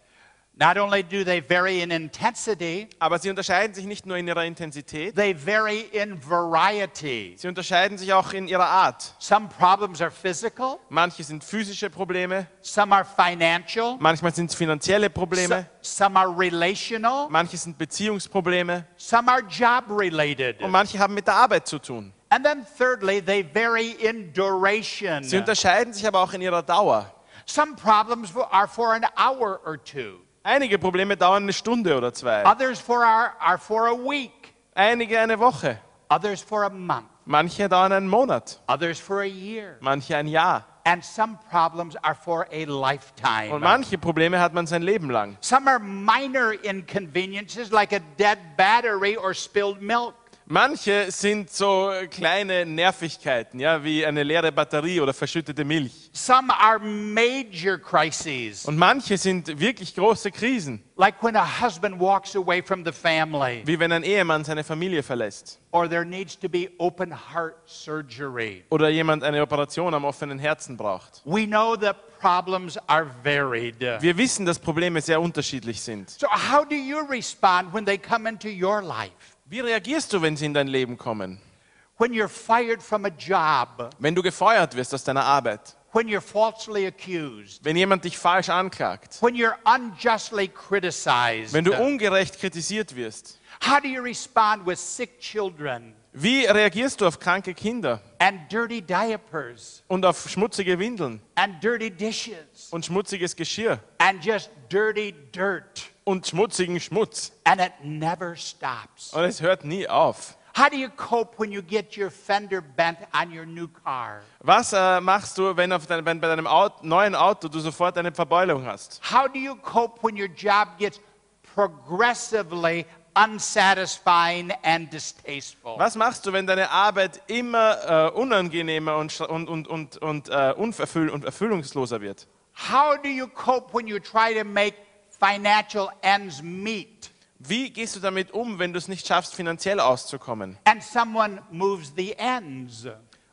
A: Not only do they vary in intensity,
B: Aber sie unterscheiden sich nicht nur in ihrer Intensität,
A: they vary in variety.
B: sie unterscheiden sich auch in ihrer Art.
A: Some problems are physical,
B: Manche sind physische Probleme,
A: some are financial,
B: manchmal sind es finanzielle
A: so-
B: Probleme,
A: some are relational,
B: manche sind Beziehungsprobleme
A: some are job related.
B: und manche haben mit der Arbeit zu tun.
A: And then, thirdly, they vary in duration.
B: Sie unterscheiden sich aber auch in ihrer Dauer.
A: Some problems for- are for an hour or two.
B: Einige Probleme dauern eine Stunde oder zwei,
A: Others for our, are for a week.
B: einige eine Woche,
A: Others for a month.
B: manche dauern einen Monat,
A: Others for a year.
B: manche ein Jahr.
A: And some problems are for a
B: Und
A: lifetime.
B: manche Probleme hat man sein Leben lang.
A: Some are minor inconveniences like a dead battery or spilled milk.
B: Manche sind so kleine Nervigkeiten, ja, wie eine leere Batterie oder verschüttete Milch.
A: Some are major crises
B: Und manche sind wirklich große Krisen,
A: like when a husband walks away from the family
B: wie wenn ein Ehemann seine Familie verlässt
A: or there needs to be open heart surgery.
B: oder jemand eine Operation am offenen Herzen braucht.
A: We know that problems are varied.
B: Wir wissen, dass Probleme sehr unterschiedlich sind.
A: So, how do you respond when they come into your life?
B: Wie reagierst du, wenn sie in dein Leben kommen?
A: When you're fired from a job,
B: Wenn du gefeuert wirst aus deiner Arbeit,
A: when you're falsely accused,
B: wenn jemand dich falsch anklagt,
A: when you're unjustly criticized,
B: wenn du ungerecht kritisiert wirst,
A: how do you respond with sick children
B: wie reagierst du auf kranke Kinder
A: and dirty diapers
B: und auf schmutzige Windeln
A: and dirty dishes
B: und schmutziges Geschirr
A: and just dirty dirt?
B: und schmutzigen Schmutz?
A: And it never stops.
B: Und es hört nie auf.
A: How do you cope when you get your fender bent on your new car?
B: Was äh, machst du, wenn, auf dein, wenn bei deinem Aut neuen Auto du sofort eine Verbeulung hast?
A: How do you cope when your job gets progressively unsatisfying and distasteful?
B: Was machst du, wenn deine Arbeit immer äh, unangenehmer und, schra- und, und, und, und, äh, unverfüll und erfüllungsloser wird?
A: How do you cope when you try to make financial ends meet
B: Wie gehst du damit um, wenn du es nicht schaffst, finanziell auszukommen?
A: and someone moves the ends?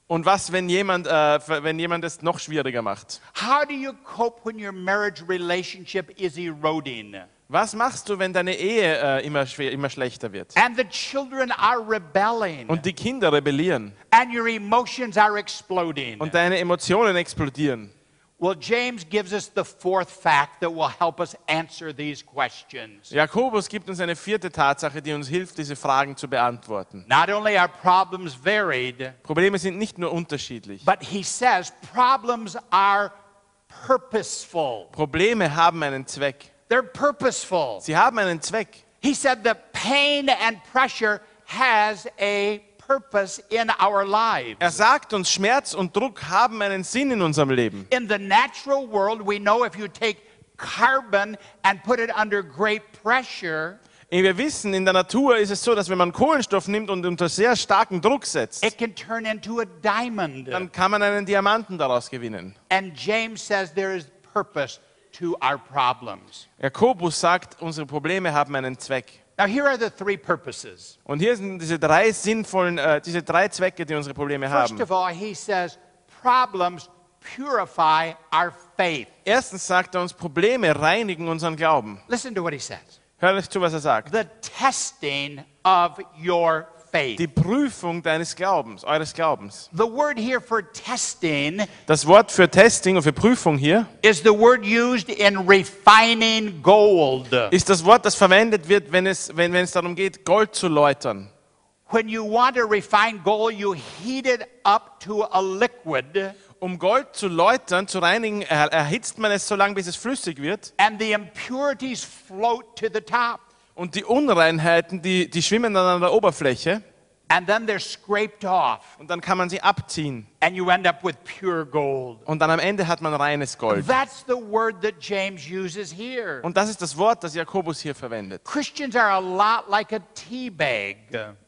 B: Und was, wenn jemand, äh, ver- wenn jemand es noch schwieriger macht?
A: How do you cope when your marriage relationship is eroding
B: Was machst du, wenn deine Ehe äh, immer, schwer, immer schlechter wird?
A: and the children are rebelling
B: Und die Kinder rebellieren
A: and your emotions are exploding?
B: und deine Emotionen explodieren?
A: Well, James gives us the fourth fact that will help us answer these questions.
B: Jakobus gibt uns eine vierte Tatsache, die uns hilft, diese Fragen zu beantworten.
A: Not only are problems varied,
B: Probleme sind nicht nur unterschiedlich.
A: but he says problems are purposeful.
B: Probleme haben einen Zweck.
A: They're purposeful.
B: Sie haben einen Zweck.
A: He said that pain and pressure has a purpose in our
B: Er
A: lives.
B: sagt uns, Schmerz und Druck haben einen Sinn in unserem Leben.
A: In the natural world, we know if you take carbon and put it under great pressure,
B: Wir wissen, in der Natur ist es so, dass wenn man Kohlenstoff nimmt und unter sehr starken Druck setzt,
A: it can turn into a diamond.
B: dann kann man einen Diamanten daraus gewinnen.
A: And James says there is purpose to our problems.
B: Jakobus sagt, unsere Probleme haben einen Zweck.
A: Now, Now, here are the three purposes.
B: Und hier sind diese drei sinnvollen, äh, diese drei Zwecke, die unsere Probleme
A: First
B: haben.
A: of all, he says problems purify our faith.
B: Erstens sagt er uns, Probleme reinigen unseren Glauben.
A: Listen to what he says
B: Hör euch zu, was er sagt.
A: the testing of your faith.
B: Die Prüfung deines Glaubens, eures Glaubens.
A: The word here for testing
B: Das Wort für Testing und für Prüfung hier
A: is the word used in refining gold.
B: ist das Wort, das verwendet wird, wenn es, wenn, wenn es darum geht, Gold zu läutern.
A: When you want to refine gold, you heat it up to a liquid,
B: Um Gold zu läutern, zu reinigen, er- erhitzt man es so lange, bis es flüssig wird.
A: and the impurities float to the top.
B: Und die Unreinheiten, die, die schwimmen dann an der Oberfläche.
A: And then they're scraped off,
B: Und dann kann man sie abziehen.
A: and you end up with pure gold.
B: Und dann am Ende hat man reines Gold.
A: That's the word that James uses here.
B: Und das ist das Wort, das Jakobus hier verwendet.
A: Christians are a lot like a tea bag.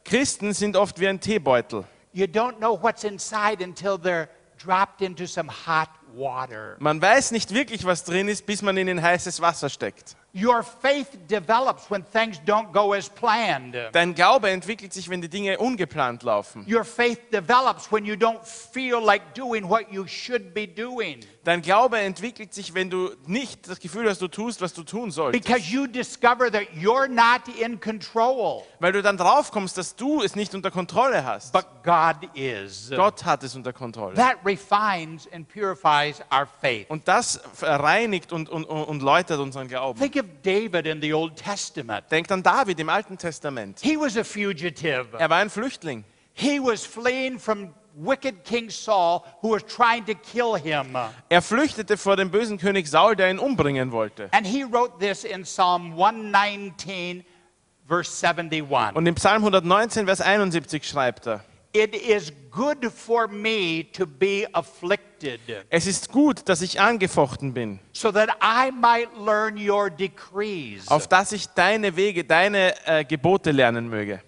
B: Christen sind oft wie ein Teebeutel.
A: You don't know what's inside until they're dropped into some hot water.
B: Man weiß nicht wirklich, was drin ist, bis man ihn in heißes Wasser steckt.
A: Your faith develops when things don't go as planned.
B: Dein Glaube entwickelt sich, wenn die Dinge ungeplant laufen.
A: Your faith develops when you don't feel like doing what you should be doing
B: Dein Glaube entwickelt sich, wenn du nicht das Gefühl hast, du tust, was du tun sollst.
A: because you discover that you're not in control,
B: Weil du dann draufkommst, dass du es nicht unter Kontrolle hast.
A: but God is.
B: Gott hat es unter Kontrolle.
A: That refines and purifies our faith.
B: Und das reinigt und, und, und und läutert unseren Glauben.
A: Think of David in the Old Testament.
B: Denkt an David im Alten Testament.
A: He was a fugitive.
B: Er war ein Flüchtling.
A: He was fleeing from wicked King Saul, who was trying to kill him.
B: Er flüchtete vor dem bösen König Saul, der ihn umbringen wollte.
A: And he wrote this in Psalm 119, verse 71.
B: Und im Psalm 119, Vers 71 schreibt er,
A: It is good for me to be afflicted,
B: es ist gut, dass ich angefochten bin,
A: so that I might learn your decrees.
B: auf dass ich deine Wege, deine äh, Gebote lernen möge.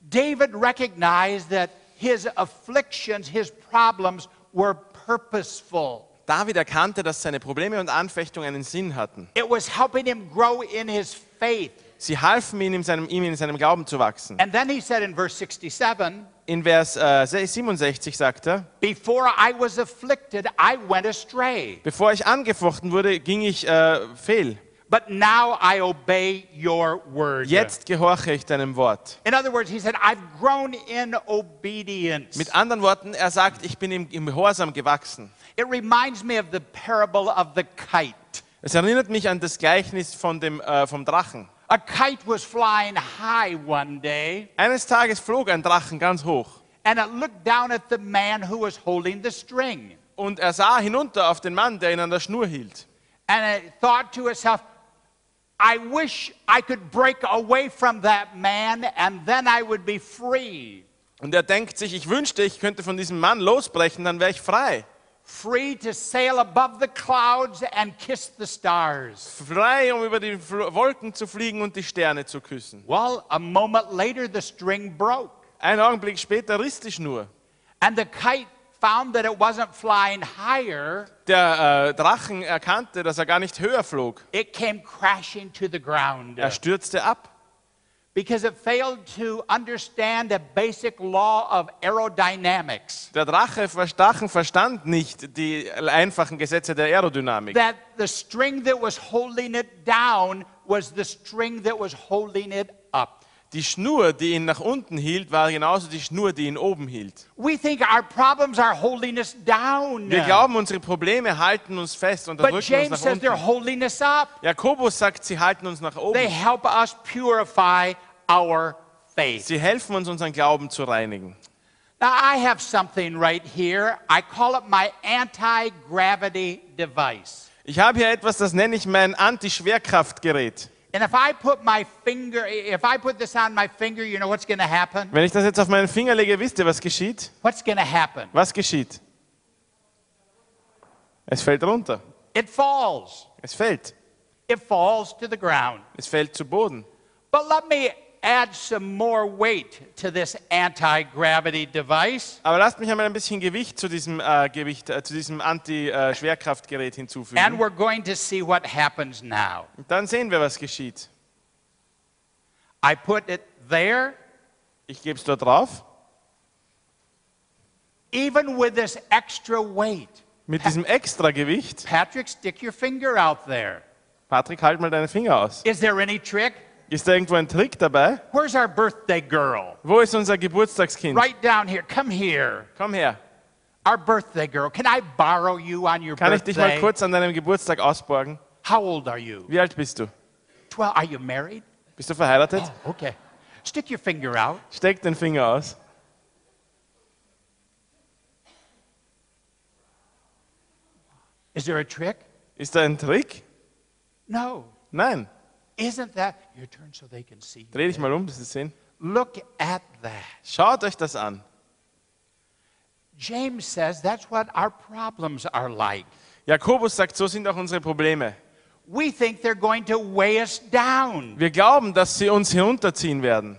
A: David recognized that his afflictions, his problems were purposeful.
B: David erkannte, dass seine Probleme und Anfechtungen einen Sinn hatten.
A: It was helping him grow in his faith.
B: Sie halfen ihm in seinem, ihm in seinem Glauben zu wachsen.
A: And then he said in verse 67
B: In Vers äh, 67 sagt er,
A: Before I was afflicted, I went astray,
B: bevor ich angefochten wurde, ging ich äh, fehl.
A: but now I obey your word.
B: Jetzt gehorche ich deinem Wort.
A: In other words, he said, I've grown in obedience.
B: Mit anderen Worten, er sagt, ich bin im, im Gehorsam gewachsen.
A: It reminds me of the parable of the kite.
B: Es erinnert mich an das Gleichnis von dem, äh, vom Drachen.
A: A kite was flying high one day,
B: Eines Tages flog ein Drachen ganz hoch
A: and it looked down at the man who was holding the string.
B: und er sah hinunter auf den Mann, der ihn an der Schnur hielt.
A: And it thought to itself, I wish I could break away from that man, and then I would be free.
B: Und er denkt sich, ich wünschte, ich könnte von diesem Mann losbrechen, dann wäre ich frei.
A: free to sail above the clouds and kiss the stars.
B: Frei, um über die Fl Wolken zu fliegen und die Sterne zu küssen.
A: Well, a moment later, the string broke,
B: Einen Augenblick später riss die Schnur.
A: and the kite found that it wasn't flying higher,
B: Der äh, Drachen erkannte, dass er gar nicht höher flog.
A: it came crashing to the ground
B: Er stürzte ab,
A: because it failed to understand a basic law of aerodynamics
B: Der Drache, Drachen verstand nicht die einfachen Gesetze der Aerodynamik.
A: that the string that was holding it down was the string that was holding it up.
B: Die Schnur, die ihn nach unten hielt, war genauso die Schnur, die ihn oben hielt.
A: We think our problems are holding us down.
B: Wir glauben, unsere Probleme halten uns fest und drücken
A: But
B: uns
A: James
B: nach
A: says they're
B: unten.
A: holding us up.
B: Jakobus sagt, sie halten uns nach
A: They
B: oben.
A: help us purify our faith.
B: Sie helfen uns, unseren Glauben zu reinigen.
A: Now, I have something right here. I call it my anti gravity device.
B: Ich habe hier etwas, das nenne ich mein Anti-Schwerkraftgerät.
A: And if I put my finger, if I put this on my finger, you know what's going to happen?
B: Wenn ich das jetzt auf meinen Finger lege, wisst ihr, was geschieht?
A: What's going to happen?
B: Was geschieht? Es fällt runter.
A: It falls.
B: Es fällt.
A: It falls to the ground.
B: Es fällt zu Boden.
A: But let me add some more weight to this anti gravity device.
B: Aber lasst mich einmal ein bisschen Gewicht zu diesem äh, Gewicht, äh, zu diesem
A: And
B: Anti-Schwerkraftgerät hinzufügen.
A: we're going to see what happens now.
B: Dann sehen wir, was geschieht.
A: I put it there.
B: Ich gebe es dort drauf.
A: Even with this extra weight,
B: Mit diesem Extragewicht.
A: Patrick, stick your finger out there.
B: Patrick, halt mal deine Finger aus.
A: Is there any trick?
B: Ist da irgendwo ein Trick dabei?
A: Where's our birthday girl?
B: Wo ist unser Geburtstagskind?
A: Right down here. Come here.
B: Komm her.
A: Our birthday girl. Can I borrow you on your
B: Kann
A: birthday?
B: ich dich mal kurz an deinem Geburtstag ausborgen?
A: How old are you?
B: Wie alt bist du?
A: 12. Are you married?
B: Bist du verheiratet?
A: Oh, okay. Stick your finger out.
B: Steck den Finger aus.
A: Is there a trick?
B: Ist da ein Trick?
A: No.
B: Nein.
A: Isn't that your turn so they can see you?
B: Dreh dich mal um, dass sie sehen.
A: Look at that.
B: Schaut euch das an.
A: James says that's what our problems are like.
B: Jakobus sagt, so sind auch unsere Probleme.
A: We think they're going to weigh us down,
B: Wir glauben, dass sie uns herunterziehen werden.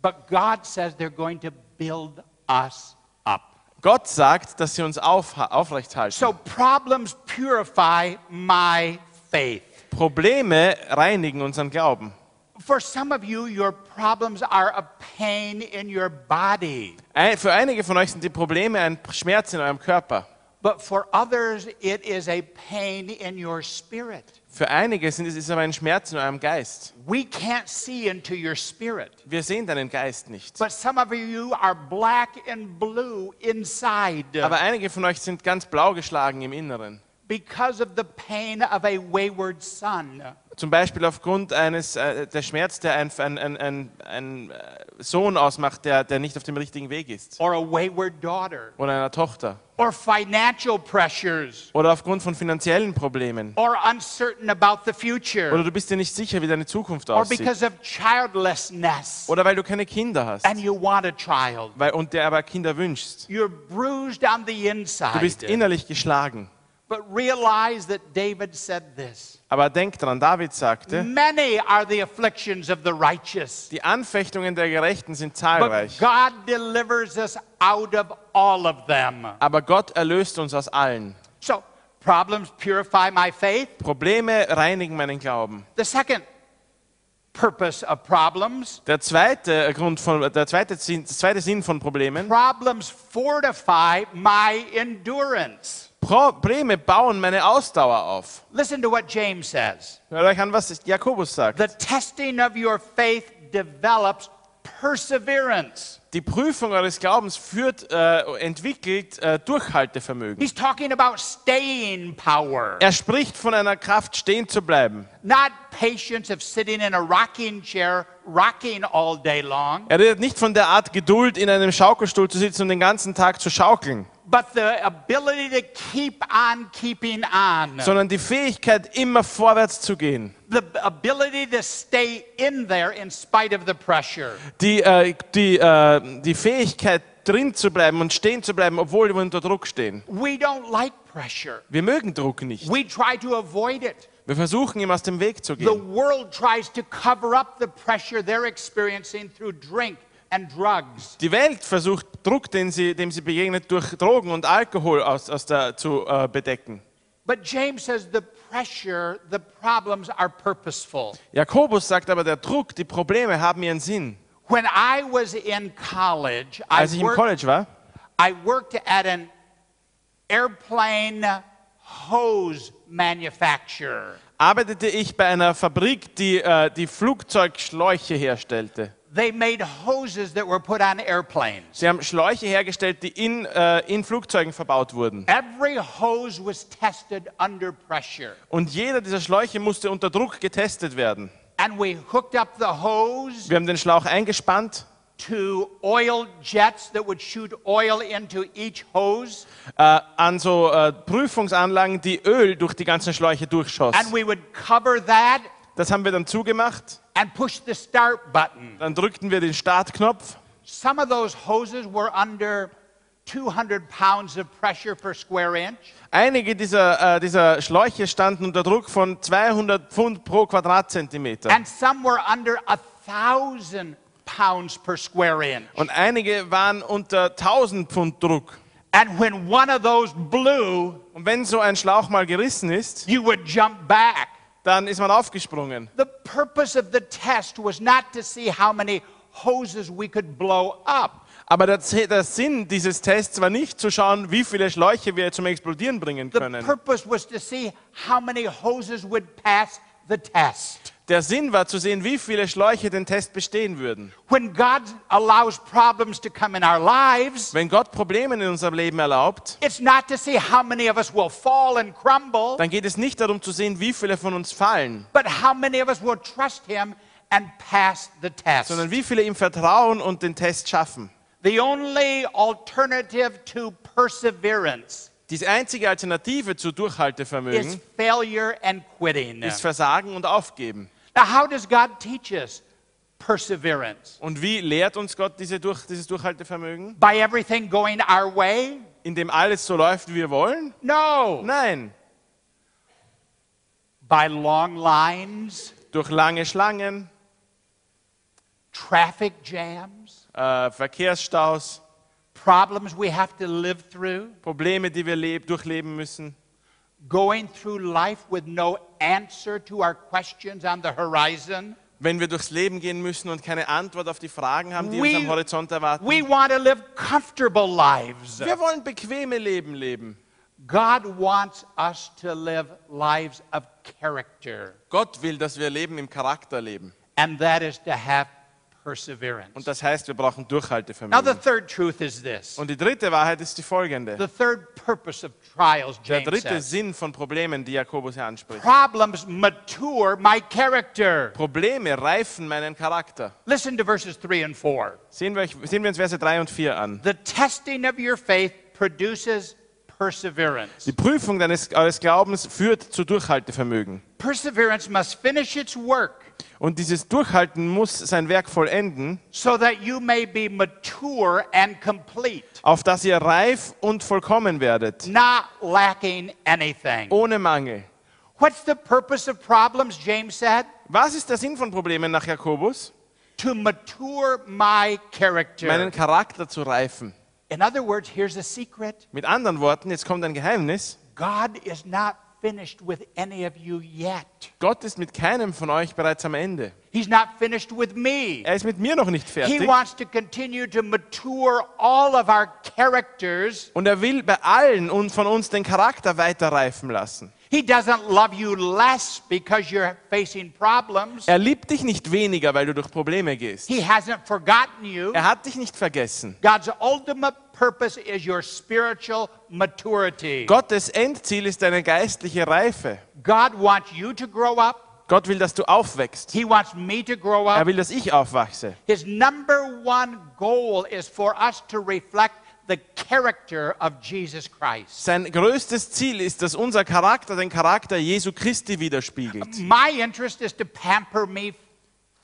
A: but God says they're going to build us up.
B: Gott sagt, dass sie uns auf, aufrecht halten.
A: So problems purify my faith.
B: Probleme reinigen unseren Glauben.
A: For some of you, your problems are a pain in your body,
B: Ein, für einige von euch sind die Probleme ein Schmerz in eurem Körper.
A: but for others, it is a pain in your spirit.
B: Für einige sind es ist aber ein Schmerz in eurem Geist.
A: We can't see into your spirit.
B: Wir sehen deinen Geist nicht.
A: But some of you are black and blue inside
B: Aber einige von euch sind ganz blau geschlagen im Inneren.
A: because of the pain of a wayward son.
B: Zum Beispiel aufgrund eines äh, der Schmerz, der ein, ein, ein, ein, ein äh, Sohn ausmacht, der, der nicht auf dem richtigen Weg ist.
A: or a wayward daughter,
B: Oder einer Tochter.
A: or financial pressures,
B: Oder aufgrund von finanziellen Problemen.
A: or uncertain about the
B: Oder
A: future,
B: du bist dir nicht sicher, wie deine Zukunft
A: or
B: aussieht.
A: because of childlessness
B: Oder weil du keine Kinder hast.
A: and you want a child.
B: Weil, und dir aber Kinder wünschst.
A: You're bruised on the
B: Du bist
A: inside.
B: innerlich geschlagen.
A: But realize that David said this
B: Aber denk dran, David sagte,
A: Many are the afflictions of the righteous,
B: die Anfechtungen der Gerechten sind
A: but
B: zahlreich.
A: God delivers us out of all of them.
B: Aber Gott erlöst uns aus allen.
A: So, problems purify my faith.
B: Probleme reinigen meinen Glauben.
A: The second purpose of problems
B: Der zweite, Grund von, der zweite, Sinn, der zweite Sinn von Problemen.
A: problems fortify my endurance.
B: Probleme bauen meine Ausdauer auf.
A: Listen to what James says.
B: Hört euch an, was Jakobus sagt.
A: The testing of your faith develops perseverance.
B: Die Prüfung eures Glaubens führt, äh, entwickelt äh, Durchhaltevermögen.
A: He's talking about staying power,
B: Er spricht von einer Kraft, stehen zu bleiben.
A: not patience of sitting in a rocking chair, rocking all day long,
B: Er redet nicht von der Art Geduld, in einem Schaukelstuhl zu sitzen und den ganzen Tag zu schaukeln,
A: but the ability to keep on keeping on,
B: sondern die Fähigkeit, immer vorwärts zu gehen.
A: the ability to stay in there in spite of the pressure.
B: Die, äh, die, äh, die Fähigkeit, drin zu bleiben und stehen zu bleiben, obwohl wir unter Druck stehen.
A: We don't like pressure,
B: Wir mögen Druck nicht.
A: we try to avoid it.
B: Wir versuchen, ihm aus dem Weg zu
A: The
B: gehen.
A: world tries to cover up the pressure they're experiencing through drink and drugs.
B: Die Welt versucht, Druck, den sie, dem sie begegnet, durch Drogen und Alkohol aus, aus der, zu äh, bedecken.
A: But James says the pressure, the problems are purposeful.
B: Jakobus sagt aber, der Druck, die Probleme haben ihren Sinn.
A: When I was in college, I,
B: Als ich im
A: worked,
B: College war,
A: I worked at an airplane hose manufacturer.
B: arbeitete ich bei einer Fabrik, die äh, die Flugzeugschläuche herstellte.
A: They made hoses that were put on airplanes.
B: Sie haben Schläuche hergestellt, die in, äh, in Flugzeugen verbaut wurden.
A: Every hose was tested under pressure.
B: Und jeder dieser Schläuche musste unter Druck getestet werden.
A: And we hooked up the hose
B: Wir haben den Schlauch eingespannt,
A: to oil jets that would shoot oil into each hose,
B: äh, an so äh, Prüfungsanlagen, die Öl durch die ganzen Schläuche durchschoss.
A: and we would cover that
B: Das haben wir dann zugemacht.
A: and push the start button.
B: Dann drückten wir den Startknopf.
A: Some of those hoses were under 200 pounds of pressure per square inch,
B: Einige dieser, äh, dieser Schläuche standen unter Druck von 200 Pfund pro Quadratzentimeter.
A: and some were under 1,000 pounds per square inch.
B: Und einige waren unter 1000 Pfund Druck.
A: And when one of those blew,
B: Und wenn so ein Schlauch mal gerissen ist,
A: you would jump back.
B: Dann ist man aufgesprungen.
A: The purpose of the test was not to see how many hoses we could blow up.
B: Aber der, Z- der Sinn dieses Tests war nicht zu schauen, wie viele Schläuche wir zum Explodieren bringen
A: The
B: können.
A: purpose was to see how many hoses would pass the test.
B: Der Sinn war zu sehen, wie viele Schläuche den Test bestehen würden.
A: When God allows problems to come in our lives,
B: Wenn Gott Probleme in unserem Leben erlaubt,
A: it's not to see how many of us will fall and crumble,
B: dann geht es nicht darum zu sehen, wie viele von uns fallen,
A: but how many of us will trust Him and pass the test.
B: sondern wie viele ihm vertrauen und den Test schaffen.
A: The only alternative to perseverance
B: Die einzige Alternative zu
A: is
B: Durchhaltevermögen
A: failure and quitting.
B: ist Versagen und Aufgeben.
A: Now, how does God teach us perseverance?
B: Und wie lehrt uns Gott diese Durch, dieses Durchhaltevermögen?
A: By everything going our way?
B: Indem alles so läuft, wie wir wollen?
A: No.
B: Nein.
A: By long lines,
B: Durch lange Schlangen,
A: traffic jams,
B: äh, Verkehrsstaus,
A: problems we have to live through,
B: Probleme, die wir leb- durchleben müssen,
A: going through life with no answer to our questions on the horizon.
B: wenn wir durchs Leben gehen müssen und keine Antwort auf die Fragen haben, die
A: We-
B: uns am Horizont erwarten.
A: We want to live comfortable lives.
B: wir wollen bequeme Leben leben.
A: God wants us to live lives of character,
B: Gott will, dass wir Leben im Charakter leben.
A: and that is to have
B: Und
A: perseverance.
B: das heißt, wir brauchen
A: Now, the
B: Durchhaltevermögen.
A: third truth is this.
B: Und die dritte Wahrheit ist die folgende.
A: The third purpose of trials,
B: Der
A: James
B: dritte
A: says,
B: Sinn von Problemen, die Jakobus hier anspricht.
A: problems mature my character.
B: Probleme reifen meinen Charakter.
A: Listen to verses 3 and 4.
B: Sehen wir, euch- sehen wir uns Verse 3 und 4 an.
A: The testing of your faith produces perseverance.
B: Die Prüfung deines, eures Glaubens führt zu Durchhaltevermögen.
A: Perseverance must finish its work
B: Und dieses Durchhalten muss sein Werk vollenden,
A: so that you may be mature and complete,
B: auf dass ihr reif und vollkommen werdet,
A: not lacking anything.
B: ohne Mangel.
A: What's the purpose of problems, James said?
B: Was ist der Sinn von Problemen nach Jakobus?
A: To mature my
B: Meinen
A: character.
B: Charakter zu reifen.
A: In other words, here's a secret
B: Mit anderen Worten, jetzt kommt ein Geheimnis.
A: God is not finished with any of you yet.
B: Gott ist mit keinem von euch bereits am Ende.
A: He's not finished with me.
B: Er ist mit mir noch nicht
A: He
B: fertig.
A: wants to continue to mature all of our characters.
B: Und er will bei allen und von uns den Charakter weiterreifen lassen.
A: He doesn't love you less because you're facing problems.
B: Er liebt dich nicht weniger, weil du durch Probleme gehst.
A: He hasn't forgotten you.
B: Er hat dich nicht vergessen.
A: God's ultimate purpose is your spiritual maturity.
B: Gottes Endziel ist deine geistliche Reife.
A: God wants you to grow up.
B: Gott will, dass du aufwächst.
A: He wants me to grow
B: Er
A: up.
B: will, dass ich aufwachse.
A: His number one goal is for us to reflect the character of Jesus Christ.
B: Sein größtes Ziel ist, dass unser Charakter den Charakter Jesu Christi widerspiegelt.
A: My interest is to pamper me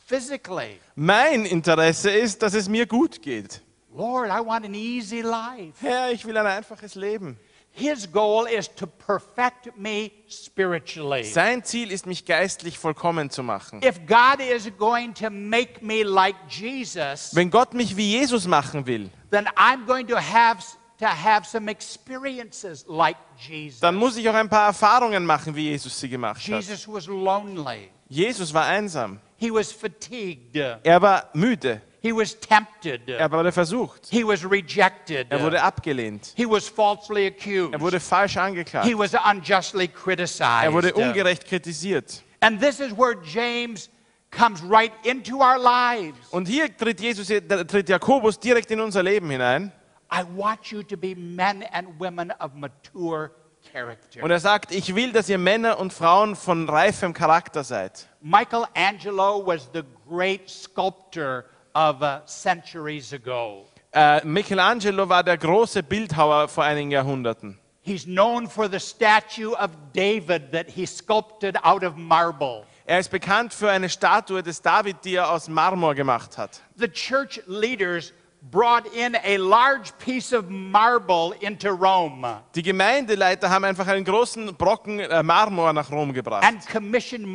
A: physically.
B: Mein Interesse ist, dass es mir gut geht.
A: Lord, I want an easy life.
B: Herr, ich will ein einfaches Leben.
A: His goal is to perfect me spiritually.
B: Sein Ziel ist, mich geistlich vollkommen zu machen.
A: If God is going to make me like Jesus,
B: Wenn Gott mich wie Jesus machen will,
A: then I'm going to have to have some experiences like Jesus.
B: dann muss ich auch ein paar Erfahrungen machen, wie Jesus sie gemacht hat.
A: Jesus was lonely.
B: Jesus war einsam.
A: He was fatigued.
B: Er war müde.
A: He was tempted.
B: Er wurde versucht.
A: He was rejected.
B: Er wurde abgelehnt.
A: He was falsely accused.
B: Er wurde falsch angeklagt.
A: He was unjustly criticized.
B: Er wurde ungerecht kritisiert.
A: And this is where James comes right into our lives.
B: Und hier tritt, Jesus, tritt Jakobus direkt in unser Leben hinein.
A: I want you to be men and women of mature character.
B: Und er sagt, ich will, dass ihr Männer und Frauen von reifem Charakter seid.
A: Michelangelo was the great sculptor of uh, centuries ago.
B: Äh, Michelangelo war der große Bildhauer vor einigen Jahrhunderten.
A: He's known for the statue of David that he sculpted out of marble.
B: Er ist bekannt für eine Statue des David, die er aus Marmor gemacht hat.
A: The church leaders brought in a large piece of marble into Rome
B: Die Gemeindeleiter haben einfach einen großen Brocken äh, Marmor nach Rom gebracht
A: and commissioned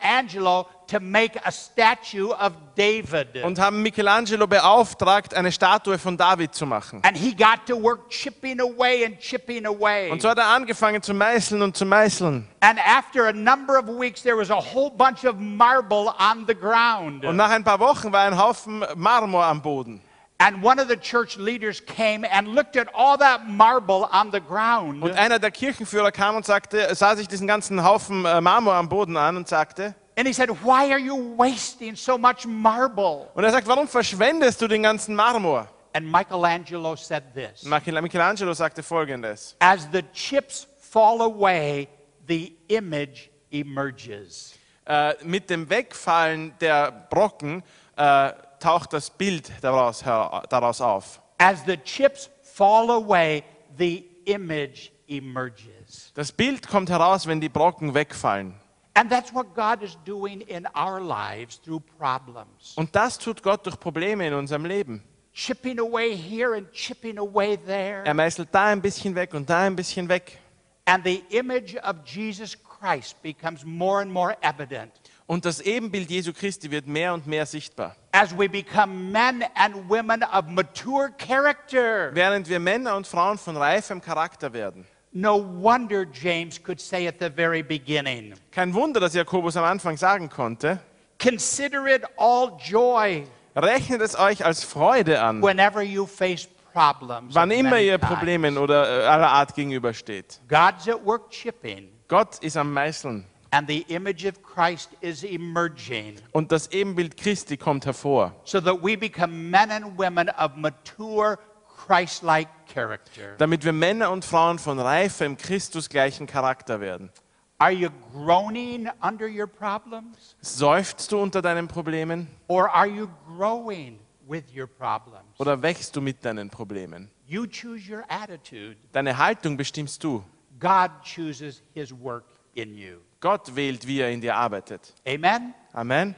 A: Michelangelo to make a statue of David.
B: und haben Michelangelo beauftragt, eine Statue von David zu machen.
A: And he got to work chipping away and chipping away.
B: Und so hat er angefangen zu meißeln und zu meißeln.
A: And after a number of weeks, there was a whole bunch of marble on the ground.
B: Und nach ein paar Wochen war ein Haufen Marmor am Boden.
A: And one of the church leaders came and looked at all that marble on the ground.
B: Und einer der Kirchenführer kam und sagte, sah sich diesen ganzen Haufen äh, Marmor am Boden an und sagte,
A: And he said, Why are you wasting so much marble?
B: und er sagt, warum verschwendest du den ganzen Marmor?
A: And Michelangelo said this
B: Michel- Michelangelo sagte folgendes.
A: As the chips fall away, the image emerges.
B: Äh, mit dem Wegfallen der Brocken äh, taucht das Bild daraus, her- daraus auf.
A: As the chips fall away, the image emerges.
B: Das Bild kommt heraus, wenn die Brocken wegfallen.
A: And that's what God is doing in our lives through problems.
B: Und das tut Gott durch Probleme in unserem Leben.
A: Chipping away here and chipping away there.
B: Er meißelt da ein bisschen weg und da ein bisschen weg.
A: And the image of Jesus Christ becomes more and more evident
B: Und das Ebenbild Jesu Christi wird mehr und mehr sichtbar.
A: as we become men and women of mature character.
B: Während wir Männer und Frauen von reifem Charakter werden.
A: No wonder James could say at the very beginning,
B: Kein Wunder, dass Jakobus am Anfang sagen konnte,
A: Consider it all joy
B: rechnet es euch als Freude an,
A: whenever you face problems. of
B: wann immer
A: many
B: ihr
A: kinds."
B: Problemen oder äh, aller Art gegenübersteht.
A: God's at work chipping,
B: Gott ist am Meißeln
A: and the image of Christ is emerging
B: und das Ebenbild Christi kommt hervor,
A: so that we become men and women of mature, Christ like character.
B: damit wir Männer und Frauen von reifem, Christusgleichen Charakter werden.
A: Are you groaning under your problems?
B: Seufzt du unter deinen Problemen
A: Or are you growing with your problems?
B: oder wächst du mit deinen Problemen?
A: You choose your attitude.
B: Deine Haltung bestimmst du.
A: God chooses his work in you.
B: Gott wählt, wie er in dir arbeitet.
A: Amen?
B: Amen.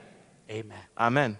A: Amen.
B: Amen.